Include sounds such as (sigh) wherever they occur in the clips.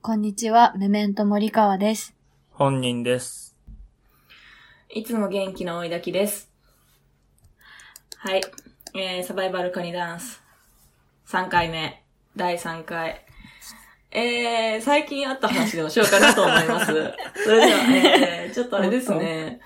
こんにちは、メメント森川です。本人です。いつも元気の追いだきです。はい。えー、サバイバルカニダンス。3回目。第3回。えー、最近あった話でもしようかなと思います。それでは、えー、ちょっとあれですね。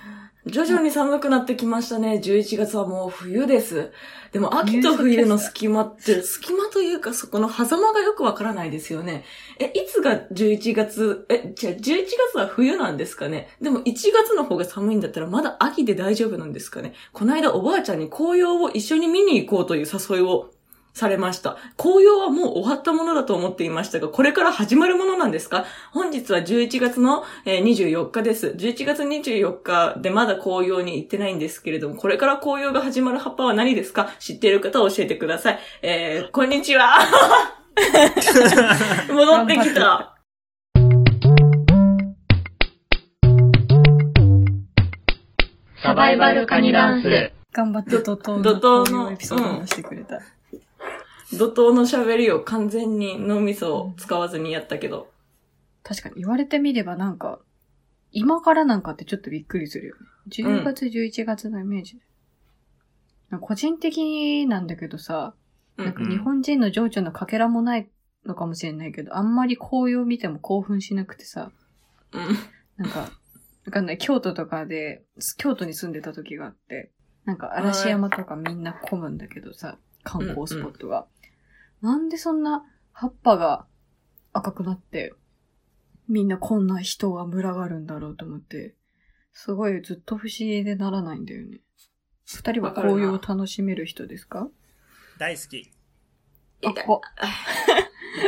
徐々に寒くなってきましたね。11月はもう冬です。でも秋と冬の隙間って、隙間というかそこの狭間がよくわからないですよね。え、いつが11月、え、じゃあ11月は冬なんですかねでも1月の方が寒いんだったらまだ秋で大丈夫なんですかねこの間おばあちゃんに紅葉を一緒に見に行こうという誘いをされました。紅葉はもう終わったものだと思っていましたが、これから始まるものなんですか本日は11月のえー24日です。11月24日でまだ紅葉に行ってないんですけれども、これから紅葉が始まる葉っぱは何ですか知っている方は教えてください。えー、こんにちは戻ってきた。サバイバルカニダンス。頑張って怒涛のど怒涛のこういうエピソードを話してくれた。怒涛の喋りを完全に脳みそを使わずにやったけど。確かに言われてみればなんか、今からなんかってちょっとびっくりするよね。10月、11月のイメージ。なんか個人的なんだけどさ、うんなんか日本人の情緒のかけらもないのかもしれないけど、あんまり紅葉見ても興奮しなくてさ、うん。なんか、わかんない。京都とかで、京都に住んでた時があって、なんか嵐山とかみんな混むんだけどさ、観光スポットが。なんでそんな葉っぱが赤くなって、みんなこんな人が群がるんだろうと思って、すごいずっと不思議でならないんだよね。二人は紅葉を楽しめる人ですか大好き。あ、こ、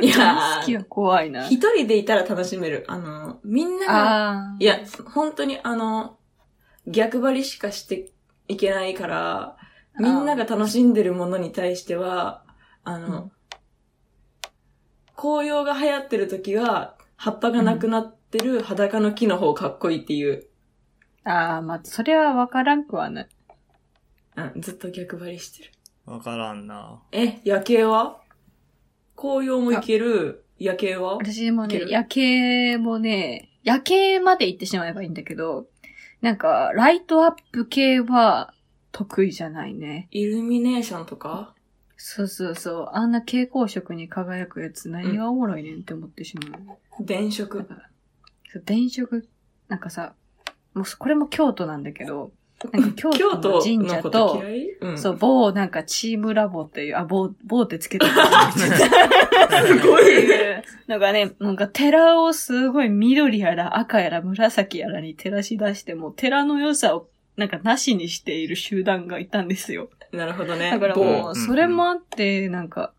い (laughs) や好きは怖いな。一人でいたら楽しめる。あの、みんながあーいや、本当にあの、逆張りしかしていけないから、みんなが楽しんでるものに対しては、あの、うん紅葉が流行ってる時は、葉っぱがなくなってる裸の木の方かっこいいっていう、あー、まあ、それはわからんくはない。うん、ずっと逆張りしてる。わからん (laughs) な。え、夜景は紅葉もいける、夜景は私もいねけ、る夜景もね、夜景まで行ってしまえばいいんだけど、なんか、ライトアップ系は得意じゃないね。イルミネーションとかそうそうそう。あんな蛍光色に輝くやつ何がおもろいねんって思ってしまう。電飾だから、そう電飾、なんかさ、もうそこれも京都なんだけど、なんか京京都の都神の社ことと嫌、い、うん、そう、某なんかチームラボっていう、あ、某、某ってつけて (laughs) る。すごっていね。いうのがね、なんか寺をすごい緑やら赤やら紫やらに照らし出して、もう寺の良さをなんかなしにしている集団がいたんですよ。なるほどね。だからうもんう、それもあって、なんか、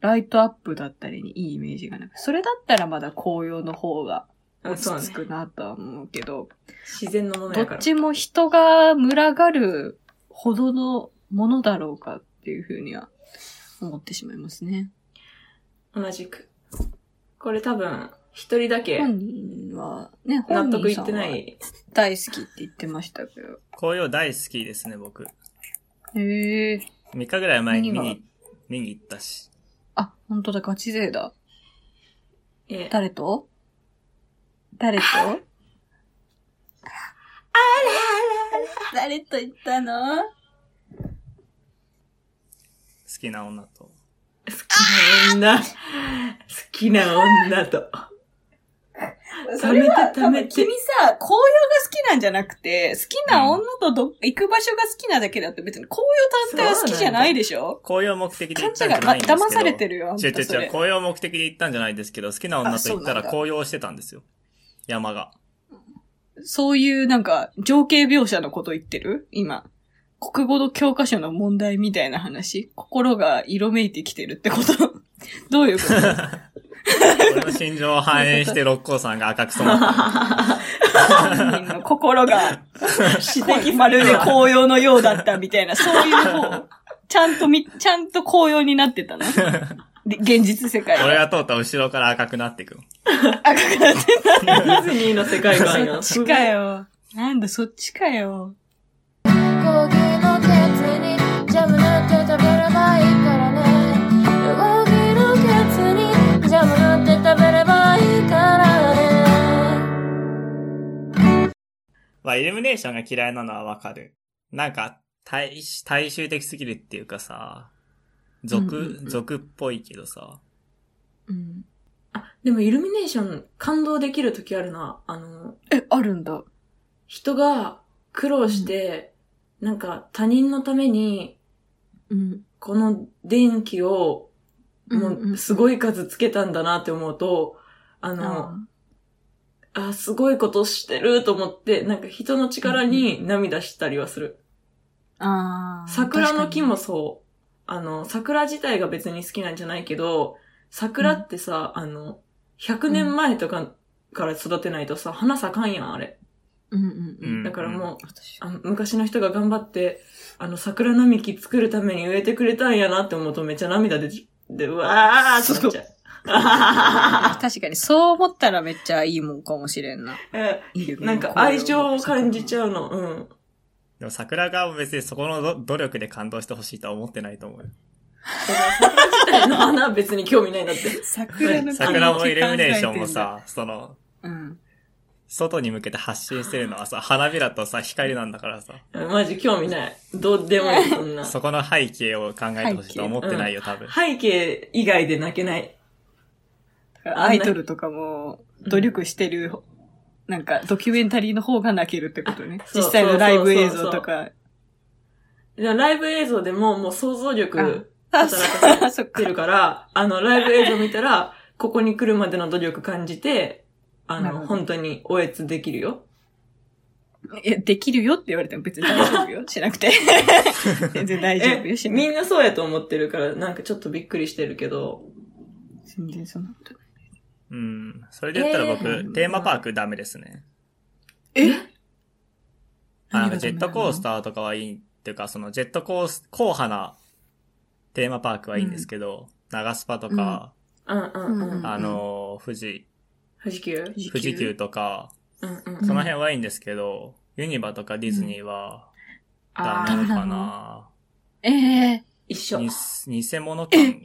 ライトアップだったりにいいイメージがなく、それだったらまだ紅葉の方がうんそう落ねち着くなとは思うけど、自然のものどやから。っちも人が群がるほどのものだろうかっていうふうには思ってしまいますね。同じく。これ多分、一人だけ本人は、ね、本納人さんは得いってない。大好きって言ってましたけど。紅葉大好きですね、僕。へえ。 3日ぐらい前に見何に、見に行ったし。あ、本当だ、ガチ勢だ。え誰と誰とあらあらあら。誰と行ったの好きな女と。好きな女。好きな女と。 (laughs) それは、溜多め分て溜めて君さ、紅葉が好きなんじゃなくて、好きな女とど、行く場所が好きなだけだって別に紅葉単体は好きじゃないでしょ紅葉目的で勘行った違んじゃい、ま、ないんですけど。騙されてるよ、あんた違う違うそ違う、れ紅葉目的で行ったんじゃないですけど、好きな女と行ったあそうなんらだ紅葉してたんですよ。山が。 (laughs) そういうなんか情景描写のこと言ってる今。国語の教科書の問題みたいな話。心が色めいてきてるってこと (laughs) どういうこと俺の心情を反映して六甲山が赤く染まった。本人の心が、詩的まるで紅葉のようだったみたいな、そういう方。ちゃんとみ、ちゃんと紅葉になってたの。で現実世界俺がが通った後ろから赤くなってくの。赤くなってディズニーの世界観そやっ。ちかよ。なんだ、そっちかよ。講義のケツにジャムなんて食べればいいからね講義のケツにジャムなんて食べればいいからまあ、イルミネーションが嫌いなのはわかる。なんか、大衆、大衆的すぎるっていうかうんさ、うん俗う、ん俗っぽいけどさ。うん。あ、でもイルミネーション感動できる時あるな。あの、え、あるんだ。人が苦労して、なんか他人のために、うん。この電気を、もうんうう、んすごい数つけたんだなって思うと、あの、あ、すごいことしてると思って、なんか人の力に涙したりはする。あー桜の木も。そう。あの、桜自体が別に好きなんじゃないけど、桜ってさ、あの、100年前とかから育てないとさ、花咲かんやん、あれ。確かにうんうんうん。うんだからもう、私あの昔の人が頑張って、あの、桜並木作るために植えてくれたんやなって思うとめっちゃ涙出て、で、うわーってなっちゃう。確かに、そう思ったらめっちゃいいもんかもしれんな。なんか愛情を感じちう。ゃうの。うん。でも桜側も別にそこのど努力で感動してほしいとは思ってないと思うよ。あの花は別に興味ないんだって。 (laughs) 桜の木桜もイルミネーションも。さ、その、うん。外に向けて発信してるのはさ、花びらとさ、光なんだからさ、マジ興味ない。どうでもいい、そんな。そこの背景を考えてほしいとは思ってないよ、多分。背景以外で泣けない。アイドルとかも努力してる、なんかドキュメンタリーの方が泣けるってことね。そう実際のライブ映像とか。でもライブ映像でももう想像力あ、そうそうそう働かそっ出るか。から、あの、ライブ映像見たら、ここに来るまでの努力感じて、あなるほの、ど本当におえつできるよ。いや、できるよって言われても別に大丈夫よ。しな (laughs) くて。全然大丈夫よ。えしなみくんて。なそうやと思ってるから、なんかちょっとびっくりしてるけど。全然そんなことない。うん。それで言ったら僕、えーテーマパークダメですね。えあなんかジェットコースターとかはいい、っていうか、そのジェットコース、硬派なテーマパークはいいんですけど、長スパとか、うんうんう。うんんあのー、富士、富士急ー富士急とか、うんうんん。その辺はいいんですけど、ユニバとかディズニーはダあメーかな。ええ一緒。に偽物感、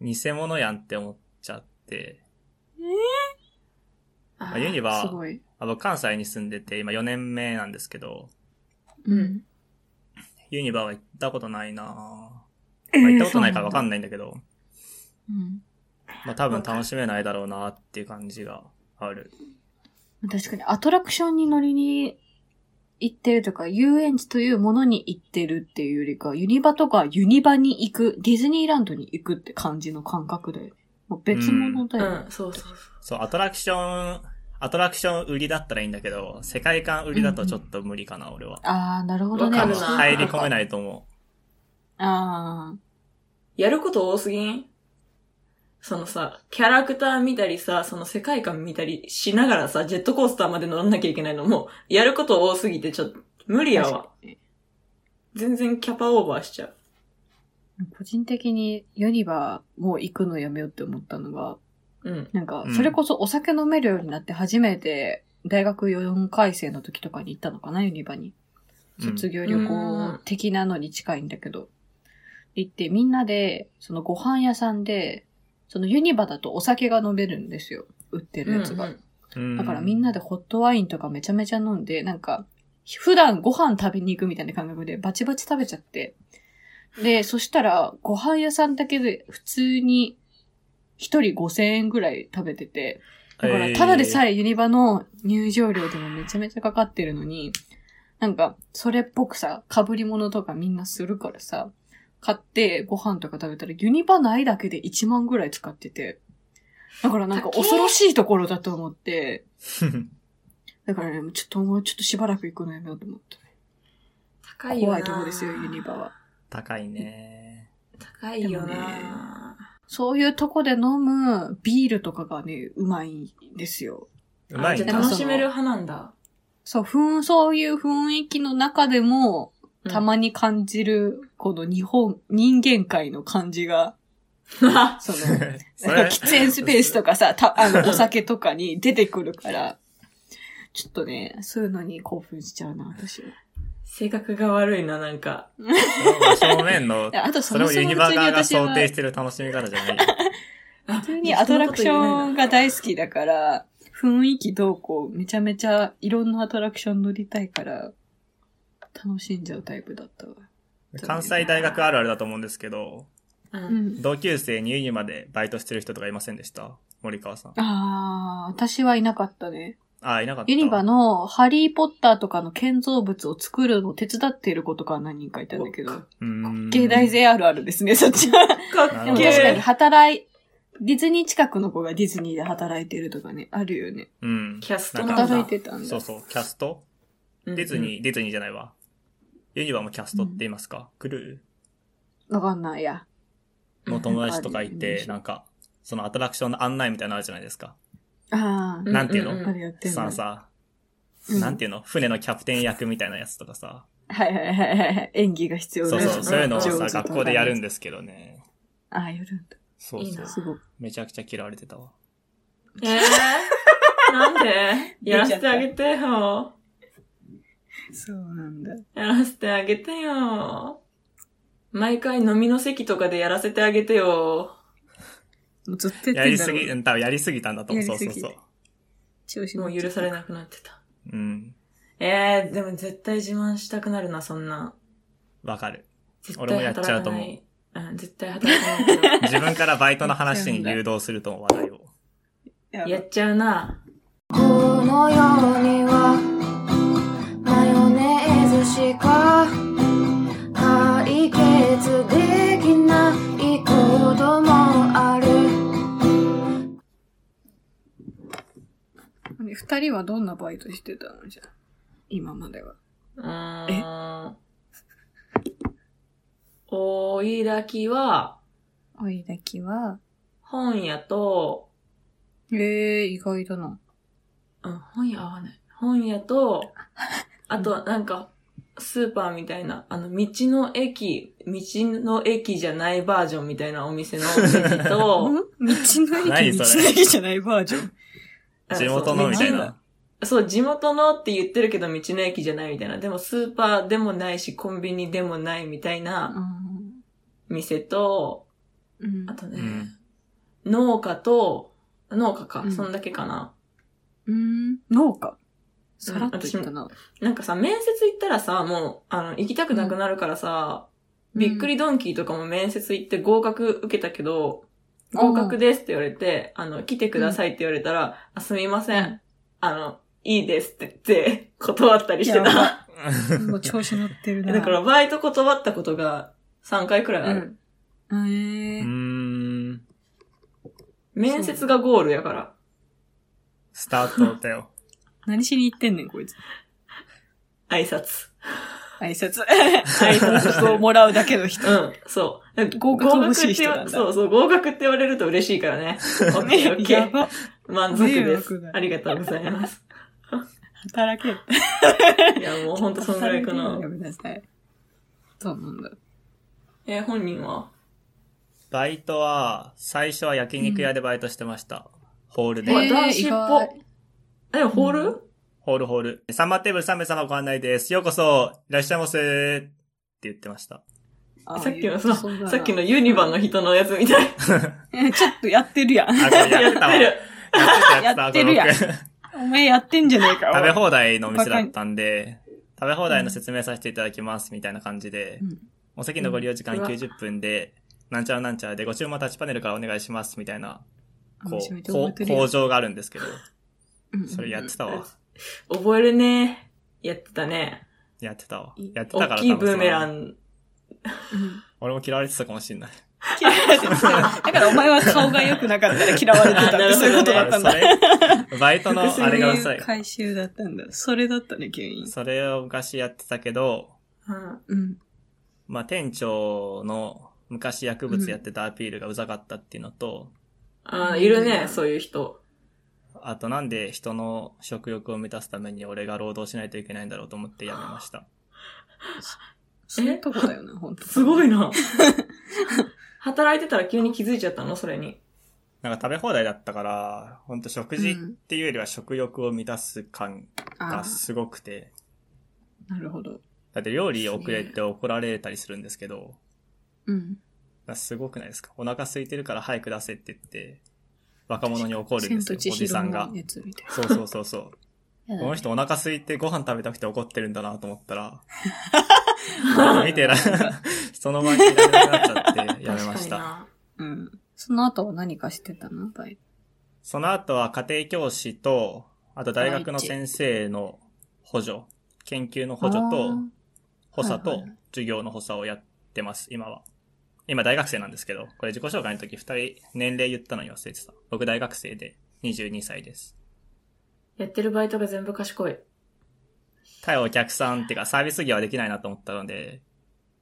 偽物やんって思っちゃって、あまあユニー、バすごい。あ僕関西に住んでて、今4年目なんですけど、うん。ユニバは行ったことないなぁまあ、行ったことないからわかんないんだけど、うん。まあ多分楽しめないだろうなっていう感じがある。確かにアトラクションに乗りに行ってるとか、遊園地というものに行ってるっていうよりか、ユニバとかユニバに行く、ディズニーランドに行くって感じの感覚だよね。もう別物だうよね。ん、そうそうそう。そう、アトラクション、アトラクション売りだったらいいんだけど、世界観売りだとちょっと無理かな、俺は。あー、なるほどね。わあかのるな入り込めないと思あー。やること多すぎんそのさ、キャラクター見たりさ、その世界観見たりしながらさ、ジェットコースターまで乗らなきゃいけないのも、やること多すぎてちょっと無理や確わか。に全然キャパオーバーしちゃう。個人的にユニバもう行くのやめようって思ったのが、うん。なんかう、んそれこそお酒飲めるようになって初めて、大学4回生の時とかに行ったのかな、ユニバに。う。うん卒業旅行的なのに近いんだけど。行って、みんなで、そのご飯屋さんで、そのユニバだとお酒が飲めるんですよ。売ってるやつが。だからみんなでホットワインとかめちゃめちゃ飲んで、なんか、普段ご飯食べに行くみたいな感覚でバチバチ食べちゃって。で、そしたら、ご飯屋さんだけで普通に一人5000円ぐらい食べてて、だからただでさええユニバの入場料でもめちゃめちゃかかってるのに、なんか、それっぽくさ、被り物とかみんなするからさ、買ってご飯とか食べたらユニバ内だけで1万ぐらい使ってて、だからなんか高え恐ろしいところだと思って、ーだからね、ちょっともうちょっとしばらく行くのやめようと思って。高いよ怖ないとこですよ、ユニバは。。 (laughs) 高いね。高いよでもねなそういうとこで飲むビールとかがね、うまいんですよ。うまいじゃねあ。楽しめる派なんだ。そう、ふん、そういう雰囲気の中でも、たまに感じる、この日本、人間界の感じが、に。その、 (laughs) そなんれか喫煙スペースとかさ、た、あの、お酒とかに出てくるから、ちょっとね、そういうのに興奮しちゃうな、私は。 (laughs) 性格が悪いな、なんか。正面の (laughs) い、やあとそそれもをそユもニ普バ通に側が私は想、定してる楽しみ方じゃない。普普通にアトラクションが大好きだから、雰囲気どうこう、めちゃめちゃいろんなアトラクション乗りたいから、楽しんじゃうタイプだったわ。関西大学あるあるだと思うんですけど、う。うんん。同級生にユニまでバイトしてる人とかいませんでした森川さん。ああ、私はいなかったね。あ、いなかった。ユニバのハリーポッターとかの建造物を作るのを手伝っている子とかは何人かいたんだけど、うーん。芸大勢あるある (laughs) ですね、そっちは。かっなでるもほけどえ確かに働い、ディズニー近くの子がディズニーで働いてるとかね、あるよね。うん。キャストなんかだ働いてたんだ。そうそう、キャストうんディズニー、ディズニーじゃないわ。ユニバもキャストって言いますか、クルわかんないや。ーの友達とかいうんあて、るなんか、そのアトラクションの案内みたいなのあるじゃないですか。あうんなんていうの、うんうんあ、あれやってんさだあ。さ、うんなんていうの船のキャプテン役みたいなやつとかさ。はいはいはいはい。演技が必要そうなそう、そういうのを上さ、手とか学校でやるんですけどね。ああ、やるんそういいそなだ。う。すごく。めちゃくちゃ嫌われてたわ。えー、なんでやらせてあげてよ。そうなんだ。やらせてあげてよ。毎回飲みの席とかでやらせてあげてよ。もうずっとややってんりだすろうぎ、うん多分やりすぎたんだと思う。そうそうそうやりすぎ。調子もう許されい。なくなってた。うん。えー、でも絶対自慢したくなるな、そんな。わかる。絶俺も対やっちゃう働とかな思うい。うん、絶対働かないけ自分からバイトの話に誘導するとも話題を。や (laughs) ど。ばやっちゃうな。この世にはマヨネーズしか解決できないこともある二人はどんなバイトしてたのじゃあ今までは。うーん。おいだきは、おいだきは、本屋と、ええ意外だな。うん、本屋合わない。本屋と、あと、なんか、スーパーみたいな、あの、道の駅、道の駅じゃないバージョンみたいなお店の席 (laughs) んと、道の駅、何道それの駅じゃないバージョン。地元のみたいな。そう、地元のって言ってるけど道の駅じゃないみたいな。でもスーパーでもないし、コンビニでもないみたいな店と、うんあ。とうね、ん。農家と、農家か、うんそんだけかな。うん。農家。さらっと言ったな。なんかさ、面接行ったらさ、もう、あの、行きたくなくなるからさ、びっくりドンキーとかも面接行って合格受けたけど、合格ですって言われて、あの、来てくださいって言われたら、あすみません。あの、いいですって言って、断ったりしてやばた。もう調子乗ってるな。 (laughs) だか、ら、バイト断ったことが3回くらいある。うん。 (laughs) うええーん。面接がゴールやから。スタートだよ。何しに行ってんねん、こいつ。挨拶。挨 (laughs) 拶。挨拶をもらうだけの人。うん、そう。合格欲しい人な合ん格ってだそうそう、合格って言われると嬉しいからね。 (laughs) オッケーオッケやー。ば。満足迷で惑すだ。ありがとうございます。働け。いや、もうほんとそんぐらいかなや。めなさい。そうなんだ。え、本人はバイトは、最初は焼肉屋でバイトしてました。ホールえでうわ。ー男子っ意外え、ホール、うホールホール。サンバテーブル3名様ご案内です。ようこそ、いらっしゃいませって言ってました。あさっきのいさ、やそうだなさっきのユニバの人のやつみたい。えちょっとやってるやん。あ、これ (laughs) やってたわ。ややっっててたやって、やったてるこのやん僕。食お前やってんじゃねえか。べおい放題のお店だったんで、食べ放題の説明させていただきます、みたいな感じで、うんお席のご利用時間うん90分で、なんちゃらなんちゃらで、ご注文タッチパネルからお願いします、みたいな、こめちゃめう、ちゃ覚こえてうるやん工場があるんですけど、うんそれやってたわ。覚えるね。やってたね。やってたわい。やってたか大らきいブーメラン。ン。うん俺も嫌われてたかもしれない。嫌われてただからお前は顔が良くなかったら嫌われてたって (laughs) そういうことだったんそだ。れ、バイトのあれがそうさいう回収だったんだ。それだったね、原因。それを昔やってたけど、うん。うん。まあ、店長の昔薬物やってたアピールがうざかったっていうのと、あーいるね、そういう人。あとなんで人の食欲を満たすために俺が労働しないといけないんだろうと思ってやめました。そういうとこだよな、本当すごいな。働いてたら急に気づいちゃったのそれに。なんか食べ放題だったから、ほんと食事っていうよりは食欲を満たす感あがすごくて、ーなるほど。だって料理遅れて怒られたりするんですけど、うん。だからすごくないですかお腹空いてるから早く出せって言って、若者に怒るん千ですとよ、千おじ尋さんがの。やつみたいそうそうそう (laughs) そう。な。この人やお腹空いてご飯食べたくて怒ってるんだなと思っ (laughs) たら、もう (laughs) 見てら、 (laughs) その場にいられなくなっちゃってやめまし確かにた。な。だね。うん。その後は何かしてたのバイその後は家庭教師と、あと大学の先生の補助、研究の補助あとー、補佐はいとはい授業の補佐をやってます、今は。今大学生なんですけど、これ自己紹介の時二人年齢言ったのに忘れてた。僕大学生で22歳です。やってるバイトが全部賢い。対お客さんっていうかサービス業はできないなと思ったので、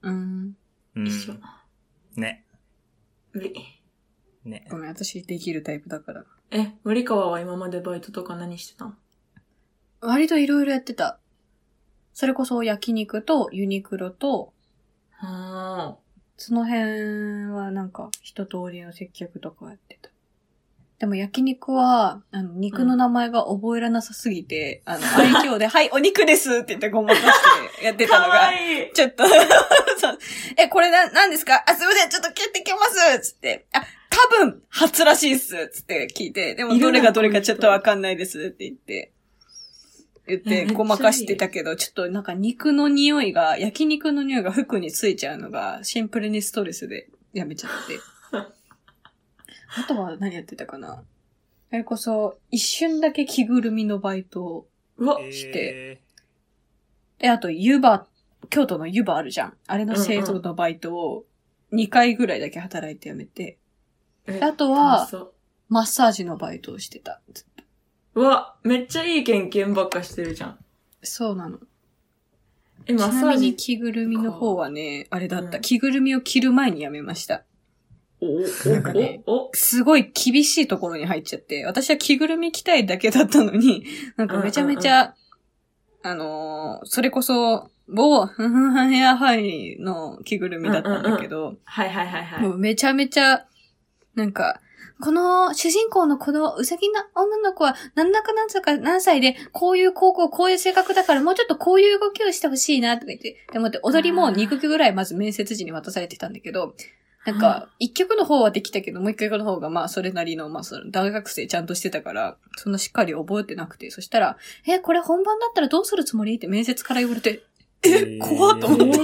うん。うん。一緒。ね。無理。ね。ごめん、私できるタイプだから。え、森川は今までバイトとか何してたの割といろいろやってた。それこそ焼肉とユニクロと、はその辺はなんか一通りの接客とかやってた。でも焼肉は、あの、肉の名前が覚えらなさすぎて、 (laughs) あの、愛嬌で、はい、お肉ですって言ってごまかしてやってー。たかのわが、いいちょっと (laughs) そう、え、これな、何ですかあ、すいません、ちょっと切ってきますつって、あ、多分、初らしいっすつって聞いて、でもいるどなれがどれかちょっとわかんないですって言って、言っえめっちゃていいごまかしてたけど、ちょっとなんか肉の匂いが、焼肉の匂いが服についちゃうのが、シンプルにストレスでやめちゃって。あとは何やってたかなあれこそ、一瞬だけ着ぐるみのバイトを、うわ、してで、あと、湯葉、京都の湯葉あるじゃん。あれの製造のバイトを2回ぐらいだけ働いてやめて、えあとは楽しそうマッサージのバイトをしてた。うわ、めっちゃいい経験ばっかしてるじゃん。そうなの。ちえ、マッサなーみに着ジ。ぐるみの方はね、あれだった。うん着ぐるみを着る前にやめました。お、なんかねお、お、すごい厳しいところに入っちゃって、私は着ぐるみ着たいだけだったのに、 (laughs) なんかめちゃめちゃ、あのーそれこそ、某、ふんふんふんヘアハイの着ぐるみだったんだけど、はいはいはいはい。もうめちゃめちゃ、なんか、この主人公のこのうさぎな女の子は何らか何歳か何歳で、こういう高校、こういう性格だからもうちょっとこういう動きをしてほしいなとか言って、でもって踊りも2曲ぐらいまず面接時に渡されてたんだけど、なんか、1曲の方はできたけど、もう1曲の方がまあそれなりの、まあその大学生ちゃんとしてたから、そんなしっかり覚えてなくて、そしたら、え、これ本番だったらどうするつもりって面接から言われて、え、怖っと思って。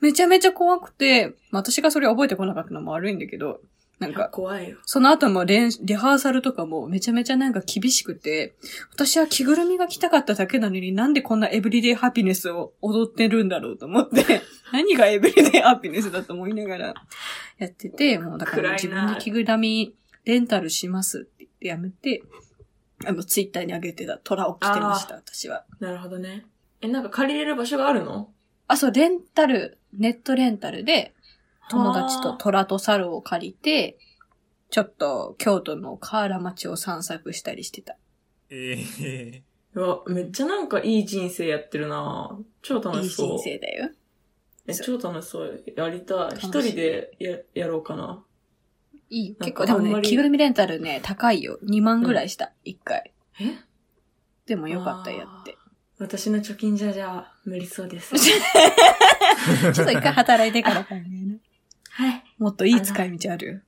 めちゃめちゃ怖くて、まあ、私がそれ覚えてこなかったのも悪いんだけど、なん怖か、怖いよ。その後も練、リハーサルとかもめちゃめちゃなんか厳しくて、私は着ぐるみが着たかっただけなのになんでこんなエブリデイハピネスを踊ってるんだろうと思 (laughs) って、何がエブリデイハピネスだと思いながらやってて、もうだから暗自いな分で着ぐるみレンタルしますって言ってやめて、あの、ツイッターに上げてた虎を着てました、私は。なるほどね。え、なんか借りれる場所があるのあ、そう、レンタル、ネットレンタルで、友達と。虎と猿を借りて、ちょっと京都の河原町を散策したりしてた。ええうわ、めっちゃなんかいい人生やってるな超楽いいしそう。人生だよ。え、超楽しそう。やりたい。楽し一い人でや、やろうかな。いいよ。なん結構、かでもあんまね、り着ぐるみレンタルね、高いよ。2万ぐらいした、1回。えでもよかった、やって。私の貯金じゃじゃ無理そ (laughs) うです。ちょっと一回働いてから考えな。 (laughs) はい。もっといい使い道あるよ。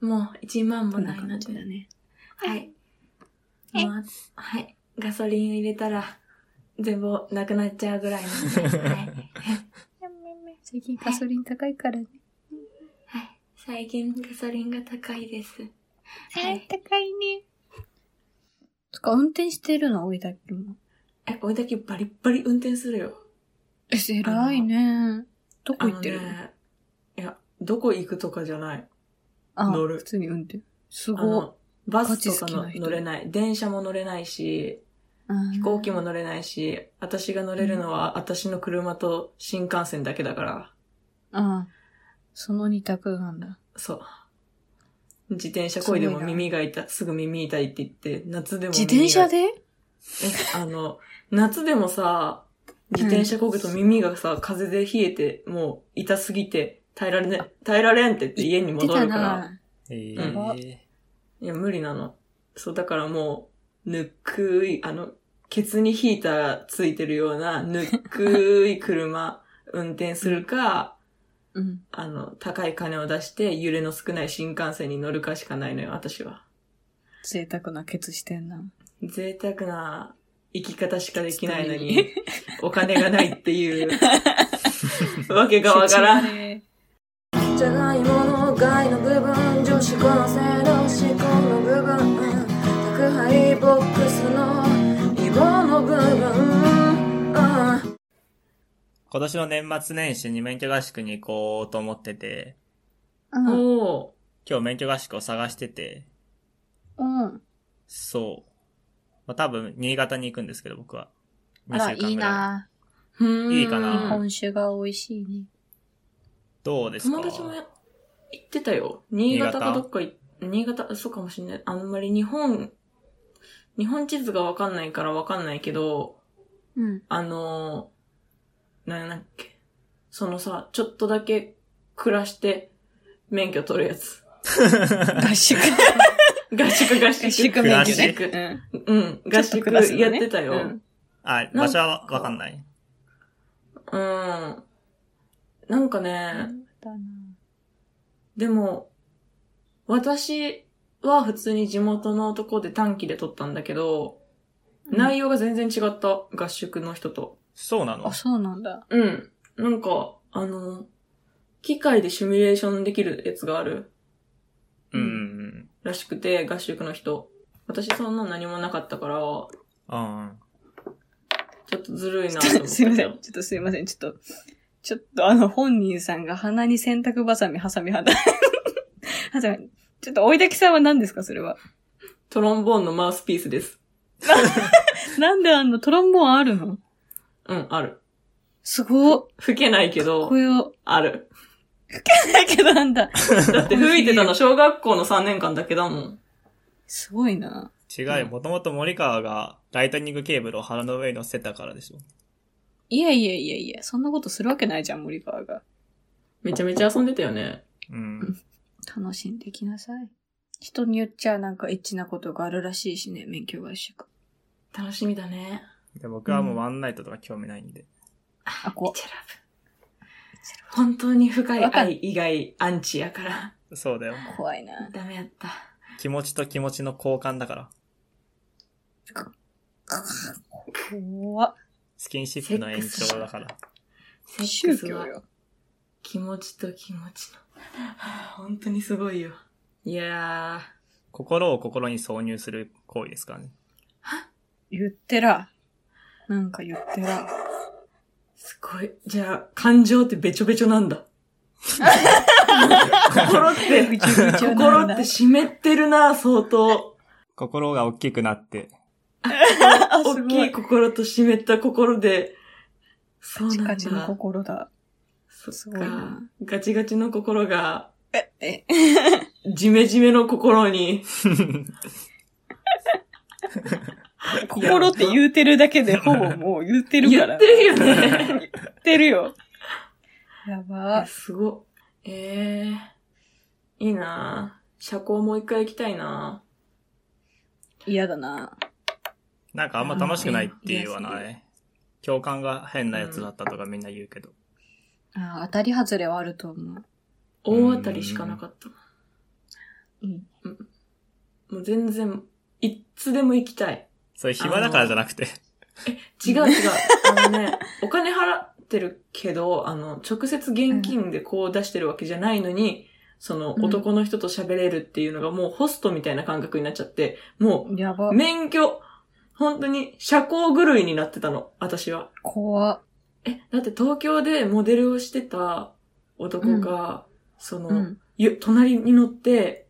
もう1万もこんなないの感じだで。ね。はい。まあはい。ガソリン入れたら、全部なくなっちゃうぐらいなん (laughs) で。はい。最近ガソリン高いからね。はい。最近ガソリンが高いです。はい。高いね。とか、運転してるの、追いだけも。え、俺だけバリッバリ運転するよ。え、偉いね。どこ行ってるあののねいや、どこ行くとかじゃない。あ乗る普通に運転。すあごい。の、バスとかガチ好のきな人乗れない。電車も乗れないし、飛飛行機も乗れないし、私が乗れるのは私の車と新幹線だけだから、ああ、その二択なんだ。そう。自転車こいでもすごいな耳が痛い、すぐ耳痛いって言って、夏でも自耳が転車でえあの、夏でもさ、自転車こぐと耳がさ、風で冷えて、もう痛すぎて、耐えられね、耐えられんって言って家に出戻たるから、な。 (laughs) えやばえいや、無理なの。そう、だからもう、ぬっくい、あの、ケツにヒーターついてるような、ぬっくい車、運転するか、うん。あの、高い金を出して、揺れの少ない新幹線に乗るかしかないのよ、私は。贅沢なケツしてんな。贅沢な生き方しかできないのに、お金がないって (laughs) いう、わけがわからん。ん。じゃないもの外の部分女子高生の思考の部分宅配ボックスの色の部分あ今年の年末年始に免許合宿に行こうと思ってて、うん。おー今日免許合宿を探してて、うん。そう。まあ、多分、新潟に行くんですけど、僕は。あら、いいなうーんいいかな日本酒が美味しいね。どうですか友達もや行ってたよ。新潟かどっかい新潟、そうかもしんない。あんまり日本、日本地図がわかんないからわかんないけど、うん。あのー、なんだっけ。そのさ、ちょっとだけ暮らして免許取るや (laughs) つ。合宿。合宿合宿。合宿メ免ニュ許ねーね。うんうん、合ちょっと宿クラスのねやってたよ。うんあ、か場所はわかんない。うん。なんかね、だなでも、私は普通に地元のとこで短期で撮ったんだけど、うん内容が全然違った、合宿の人と。そうなのあ、そうなんだ。うん。なんか、あの、機械でシミュレーションできるやつがあるうんうんらしくて、合宿の人。私そんな何もなかったから、ちょうん。うん。っとずるいなとちょ思っと (laughs) ったすいません。よちょっとすいません。ちょっと、ちょっとあの本人さんが鼻に洗濯バサミ、ハサミ、 (laughs) 鼻。ハサミ。ちょっと、おいだきさんは何ですかそれは。トロンボーンのマウスピースです。なんであんのトロンボーンあるのうん、ある。すごっ。吹けないけこどこ、よ。ある。だけどなんだ。だって吹いてた (laughs) の小学校の3年間だけだもん。すごいな。違うよ。もともと森川がライトニングケーブルを腹の上に乗せたからでしょ。いやいやいやいや、そんなことするわけないじゃん、森川が。めちゃめちゃ遊んでたよね。うん。楽しんできなさい。人によっちゃなんかエッチなことがあるらしいしね、免許合宿。楽しみだね。で僕はもうワンナイトとか興味ないんで。あ、こチェラブ。本当に深い愛以外アンチやから。そうだよ。う、怖いな。ダメやった。気持ちと気持ちの交換だから。怖っ。スキンシップの延長だから。セック宗ス教はよ。気持ちと気持ちの。本当にすごいよ。いや心を心に挿入する行為ですからね。言ってら。なんか言ってら。ー、すごい。じゃあ、感情ってべちょべちょな (laughs) んだ。心って、ぐちゃぐちゃな心んだって湿ってるな、相当。心が大きくなって、あ、す大ごきいい。心と湿った心で、そうチなんカチのだ。心だ。そすっごいかな。ガチガチの心が、え、 (laughs) え、ジメジメの心に。心って言うてるだけ (laughs) で、ほぼもう言うてるから。言ってるよね。言ってるよ。やば。すごい。ええいいなぁ社交もう一回行きたいな嫌だな。なんかあんま楽しくないって言わうんな癒い。共感が変なやつだったとかみんな言うけど。あ当たり外れはあると思う。大当たりしかなかった。うん。もう全然、いっつでも行きたい。それ暇だからじゃなくて。違う違う。あの (laughs) ね、お金払ってるけど、あの、直接現金でこう出してるわけじゃないのに、そのうん男の人と喋れるっていうのがもうホストみたいな感覚になっちゃって、もやばう。免許、本当に社交狂いになってたの、私は。怖っ。え、だって東京でモデルをしてた男が、その、うん。ゆ隣に乗って、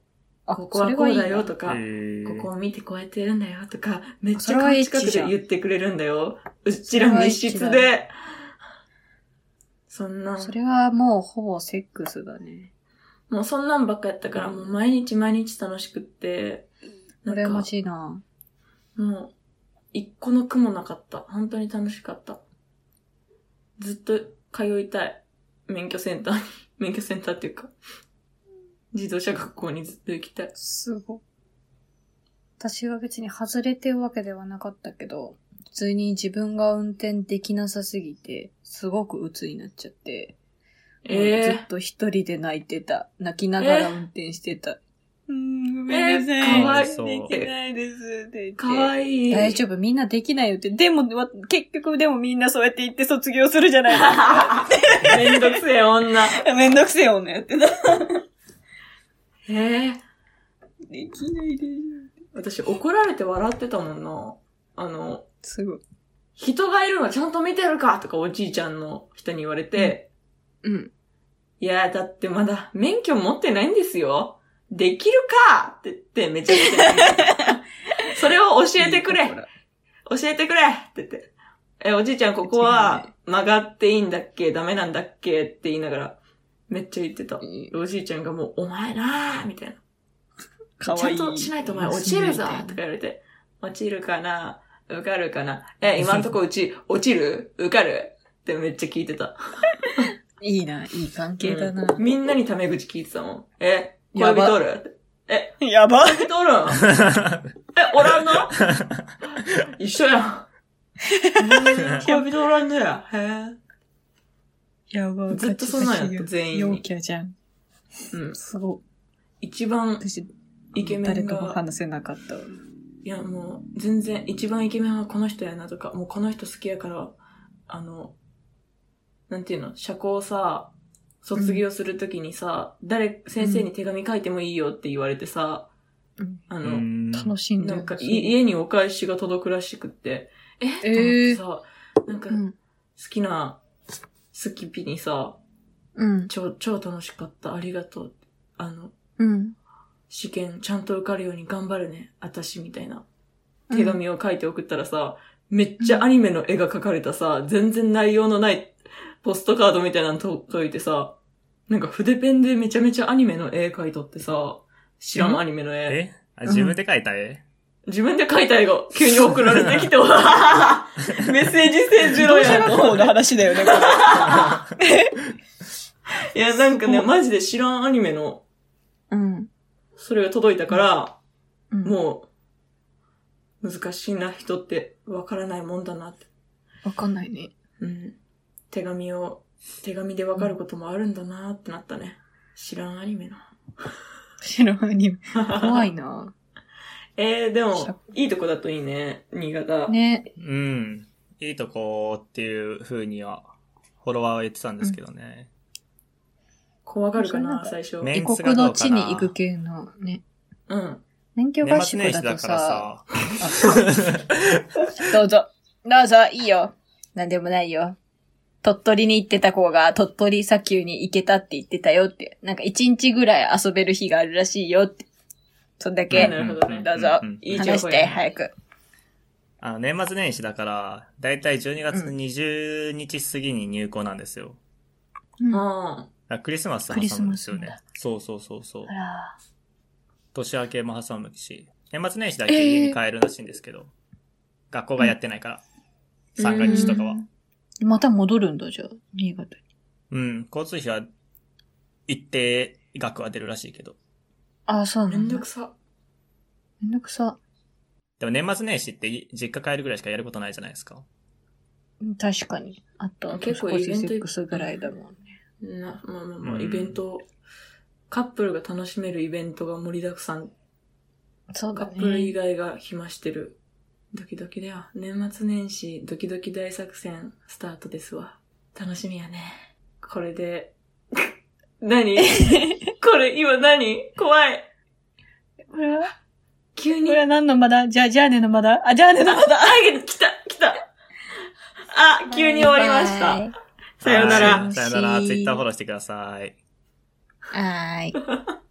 あ、ここはこうだよと。とか、ここを見てこうやってやるんだよとか、めっそちれゃはエッチ近くじでゃん言ってくれるんだよ。うちら密室それはで。そんな、それはもうほぼセックスだね。もうそんなんばっかやったから、もう毎日毎日楽しくって、なん羨か、もましいな。う、一個の苦もなかった。本当に楽しかった。ずっと通いたい。免許センターに、 (laughs) 免許センターっていうか、自動車学校にずっと行きたい。すごい。私は別に外れてるわけではなかったけど、普通に自分が運転できなさすぎて、すごく鬱になっちゃって、ええずっと一人で泣いてた。泣きながら運転してた。うん、ごめんなさいかわいそうできないですってかわいい。大丈夫、みんなできないよって。でも、わ結局でもみんなそうやって言って卒業するじゃないですか。 (laughs) めんどくせえ女。 (laughs) めんどくせえよねってな。へえ。できないでしょ。私怒られて笑ってたもんな。あの、すごい。人がいるのちゃんと見てるかとかおじいちゃんの人に言われて、うん。いや、だってまだ免許持ってないんですよ。できるかって言ってめちゃめちゃ (laughs) 泣いて。それを教えてくれ教えてくれって言って。え、おじいちゃんここは曲がっていいんだっけダメなんだっけって言いながら、めっちゃ言ってた。おじいちゃんがもう、お前なーみたいな。かちゃんとしないとお前落ちるぞとか言われて、落ちるかな受かるかなえ、今んとこうち、落ちる受かるってめっちゃ聞いてた。いいな、いい関係だな。うんみんなにタメ口聞いてたもん。え、や恋ば人おる (laughs) え、やば恋人おる (laughs) んえ、おらんの一緒 (laughs) やん。恋人おらんのや。へえ。やばずっとそんなんやった全員に陽キャじゃん。うん。すごい。一番私、イケメンが。誰とも話せなかったわ。いや、もう、全然、一番イケメンはこの人やなとか、もうこの人好きやから、あの、なんていうの、社交さ、卒業するときにさ、誰、先生に手紙書いてもいいよって言われてさ、うんあうの、ん楽しんでなるんか、い家にお返しが届くらしくって、ええー、と思ってさ、なんか、う好ん。きな、スキピにさ、うん。超、超楽しかった、ありがとう。あの、うん。試験ちゃんと受かるように頑張るね、私みたいな。手紙を書いて送ったらさ、めっちゃアニメの絵が描かれたさ、全然内容のないポストカードみたいなの届いてさ、なんか筆ペンでめちゃめちゃアニメの絵描いとってさ、知らうんんアニメの絵。えあ自分で描いた絵自分で描いた絵が急に送られ (laughs) てきて、わあメッセージ性ゼロやん。方の話だよね、こいや、なんかね、マジで知らんアニメの、れ。 (laughs) うん。それが届いたから、うんもう、難しいな、人って、わからないもんだなって。わかんないね。うん。手紙を、手紙でわかることもあるんだなーってなったね。知らんアニメな。白アニメ。怖いなえー、でも、いいとこだといいね、新潟。ね。 (laughs) うん。いいとこっていう風には、フォロワーは言ってたんですけどね。怖がるかなんな、か最初。ね異国の地に行く系のね。うん。免許合年末宿年だ始だとからさ、(laughs) さ、どうぞ。どうぞ、いいよ。なんでもないよ。鳥取に行ってた子が鳥取砂丘に行けたって言ってたよって。なんか一日ぐらい遊べる日があるらしいよって。そんだえけ。なるほどねどうぞんん。いい情報や話して、早く。あの、年末年始だから、だいたい12月20日過ぎに入校なんですよ。ああクリスマス挟むんですよね。そうそうそうそう。あ年明けも挟むし、年末年始だけ家に帰るらしいんですけど、学校がやってないから、うん三が日とかは。らまた戻るんだ、じゃあ。新潟に。うん、交通費は一定額は出るらしいけど。ああ、そうあ、なめんんだどく。さ。めんどくさ。でも年末年始ってい実家帰るぐらいしかやることないじゃないですか。うん確かに。あと、結結構構イベントセックスぐらいだもんね。な、まあまあまうあ、んイベント、カップルが楽しめるイベントが盛りだくさん。そうカだップルね。以外が暇してる。ドキドキだよ。年末年始、ドキドキ大作戦、スタートですわ。楽しみやね。これで、 (laughs) (laughs) 何これ今何怖い。これは急にこれは何のまだじゃあ、じゃあねのまだあ、じゃあねのまだあ、来た、来た。あ、急に終わりました。。さようならはいさよなら。楽しいツイッターフォローしてください。はーい。